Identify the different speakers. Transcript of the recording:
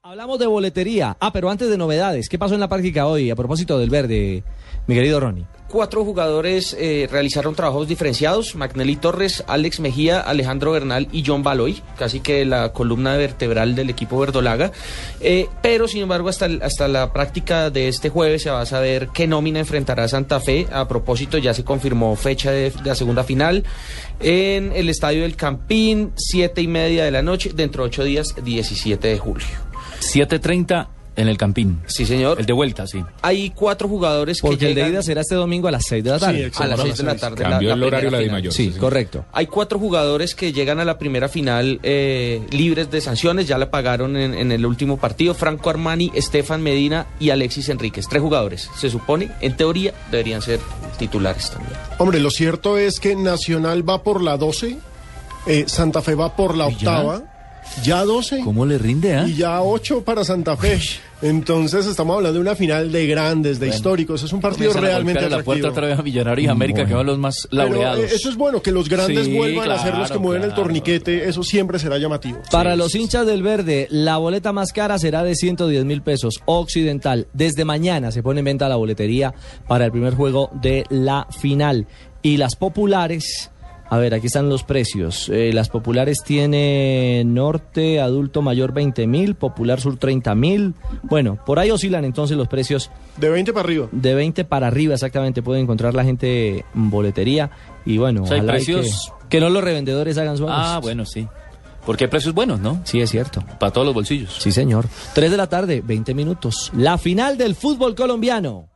Speaker 1: Hablamos de boletería. Ah, pero antes de novedades, ¿qué pasó en la práctica hoy a propósito del verde, mi querido Ronnie?
Speaker 2: Cuatro jugadores eh, realizaron trabajos diferenciados, Magnelli Torres, Alex Mejía, Alejandro Bernal y John Baloy, casi que la columna vertebral del equipo verdolaga. Eh, pero, sin embargo, hasta, el- hasta la práctica de este jueves se va a saber qué nómina enfrentará Santa Fe. A propósito, ya se confirmó fecha de la segunda final en el Estadio del Campín, siete y media de la noche, dentro de ocho días, 17 de julio.
Speaker 3: 7.30 en el Campín.
Speaker 2: Sí, señor.
Speaker 3: El de vuelta, sí.
Speaker 2: Hay cuatro jugadores que
Speaker 1: Porque el de
Speaker 2: llegan-
Speaker 1: ida será este domingo a las 6 de la tarde.
Speaker 2: a las 6 de la tarde.
Speaker 4: Cambió el horario
Speaker 2: primera
Speaker 4: la
Speaker 2: final.
Speaker 4: Dimayor.
Speaker 1: sí, correcto.
Speaker 2: Hay cuatro jugadores que llegan a la primera final eh, libres de sanciones, ya la pagaron en, en el último partido, Franco Armani, Estefan Medina y Alexis Enríquez. Tres jugadores, se supone, en teoría deberían ser titulares también.
Speaker 5: Hombre, lo cierto es que Nacional va por la 12, eh, Santa Fe va por la octava, ya 12
Speaker 3: ¿Cómo le rinde, ah?
Speaker 5: y ya 8 para Santa Fe. Entonces estamos hablando de una final de grandes, de históricos. Es un partido
Speaker 3: Comienzan a
Speaker 5: realmente
Speaker 3: golpear a la puerta
Speaker 5: atractivo.
Speaker 3: otra vez a Millonario y América, que van los más
Speaker 5: Pero, eh,
Speaker 3: laureados.
Speaker 5: eso es bueno, que los grandes
Speaker 3: Sí,
Speaker 5: vuelvan a hacer los que
Speaker 3: claro,
Speaker 5: mueven el
Speaker 3: claro.
Speaker 5: torniquete, eso siempre será llamativo.
Speaker 1: Para los hinchas del verde, la boleta más cara será de 110 mil pesos occidental. Desde mañana se pone en venta la boletería para el primer juego de la final. Y las populares, a ver, aquí están los precios. Eh, las populares tiene norte, adulto mayor 20 mil, popular sur 30 mil. Bueno, por ahí oscilan entonces los precios
Speaker 5: De 20 para arriba.
Speaker 1: de 20 para arriba exactamente. Puede encontrar la gente en boletería. Y bueno,
Speaker 3: O sea, hay
Speaker 1: ojalá y
Speaker 3: precios-
Speaker 1: que, que no los revendedores hagan su
Speaker 3: Ah,
Speaker 1: agosto.
Speaker 3: bueno, sí. Porque hay precios buenos, ¿no?
Speaker 1: Sí, es cierto.
Speaker 3: Para todos los bolsillos.
Speaker 1: Sí, señor. 3 de la tarde, 20 minutos. La final del fútbol colombiano.